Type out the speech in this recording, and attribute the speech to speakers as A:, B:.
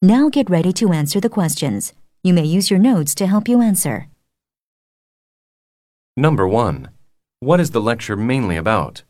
A: Now get ready to answer the questions. You may use your notes to help you answer.
B: Number 1. What is the lecture mainly about?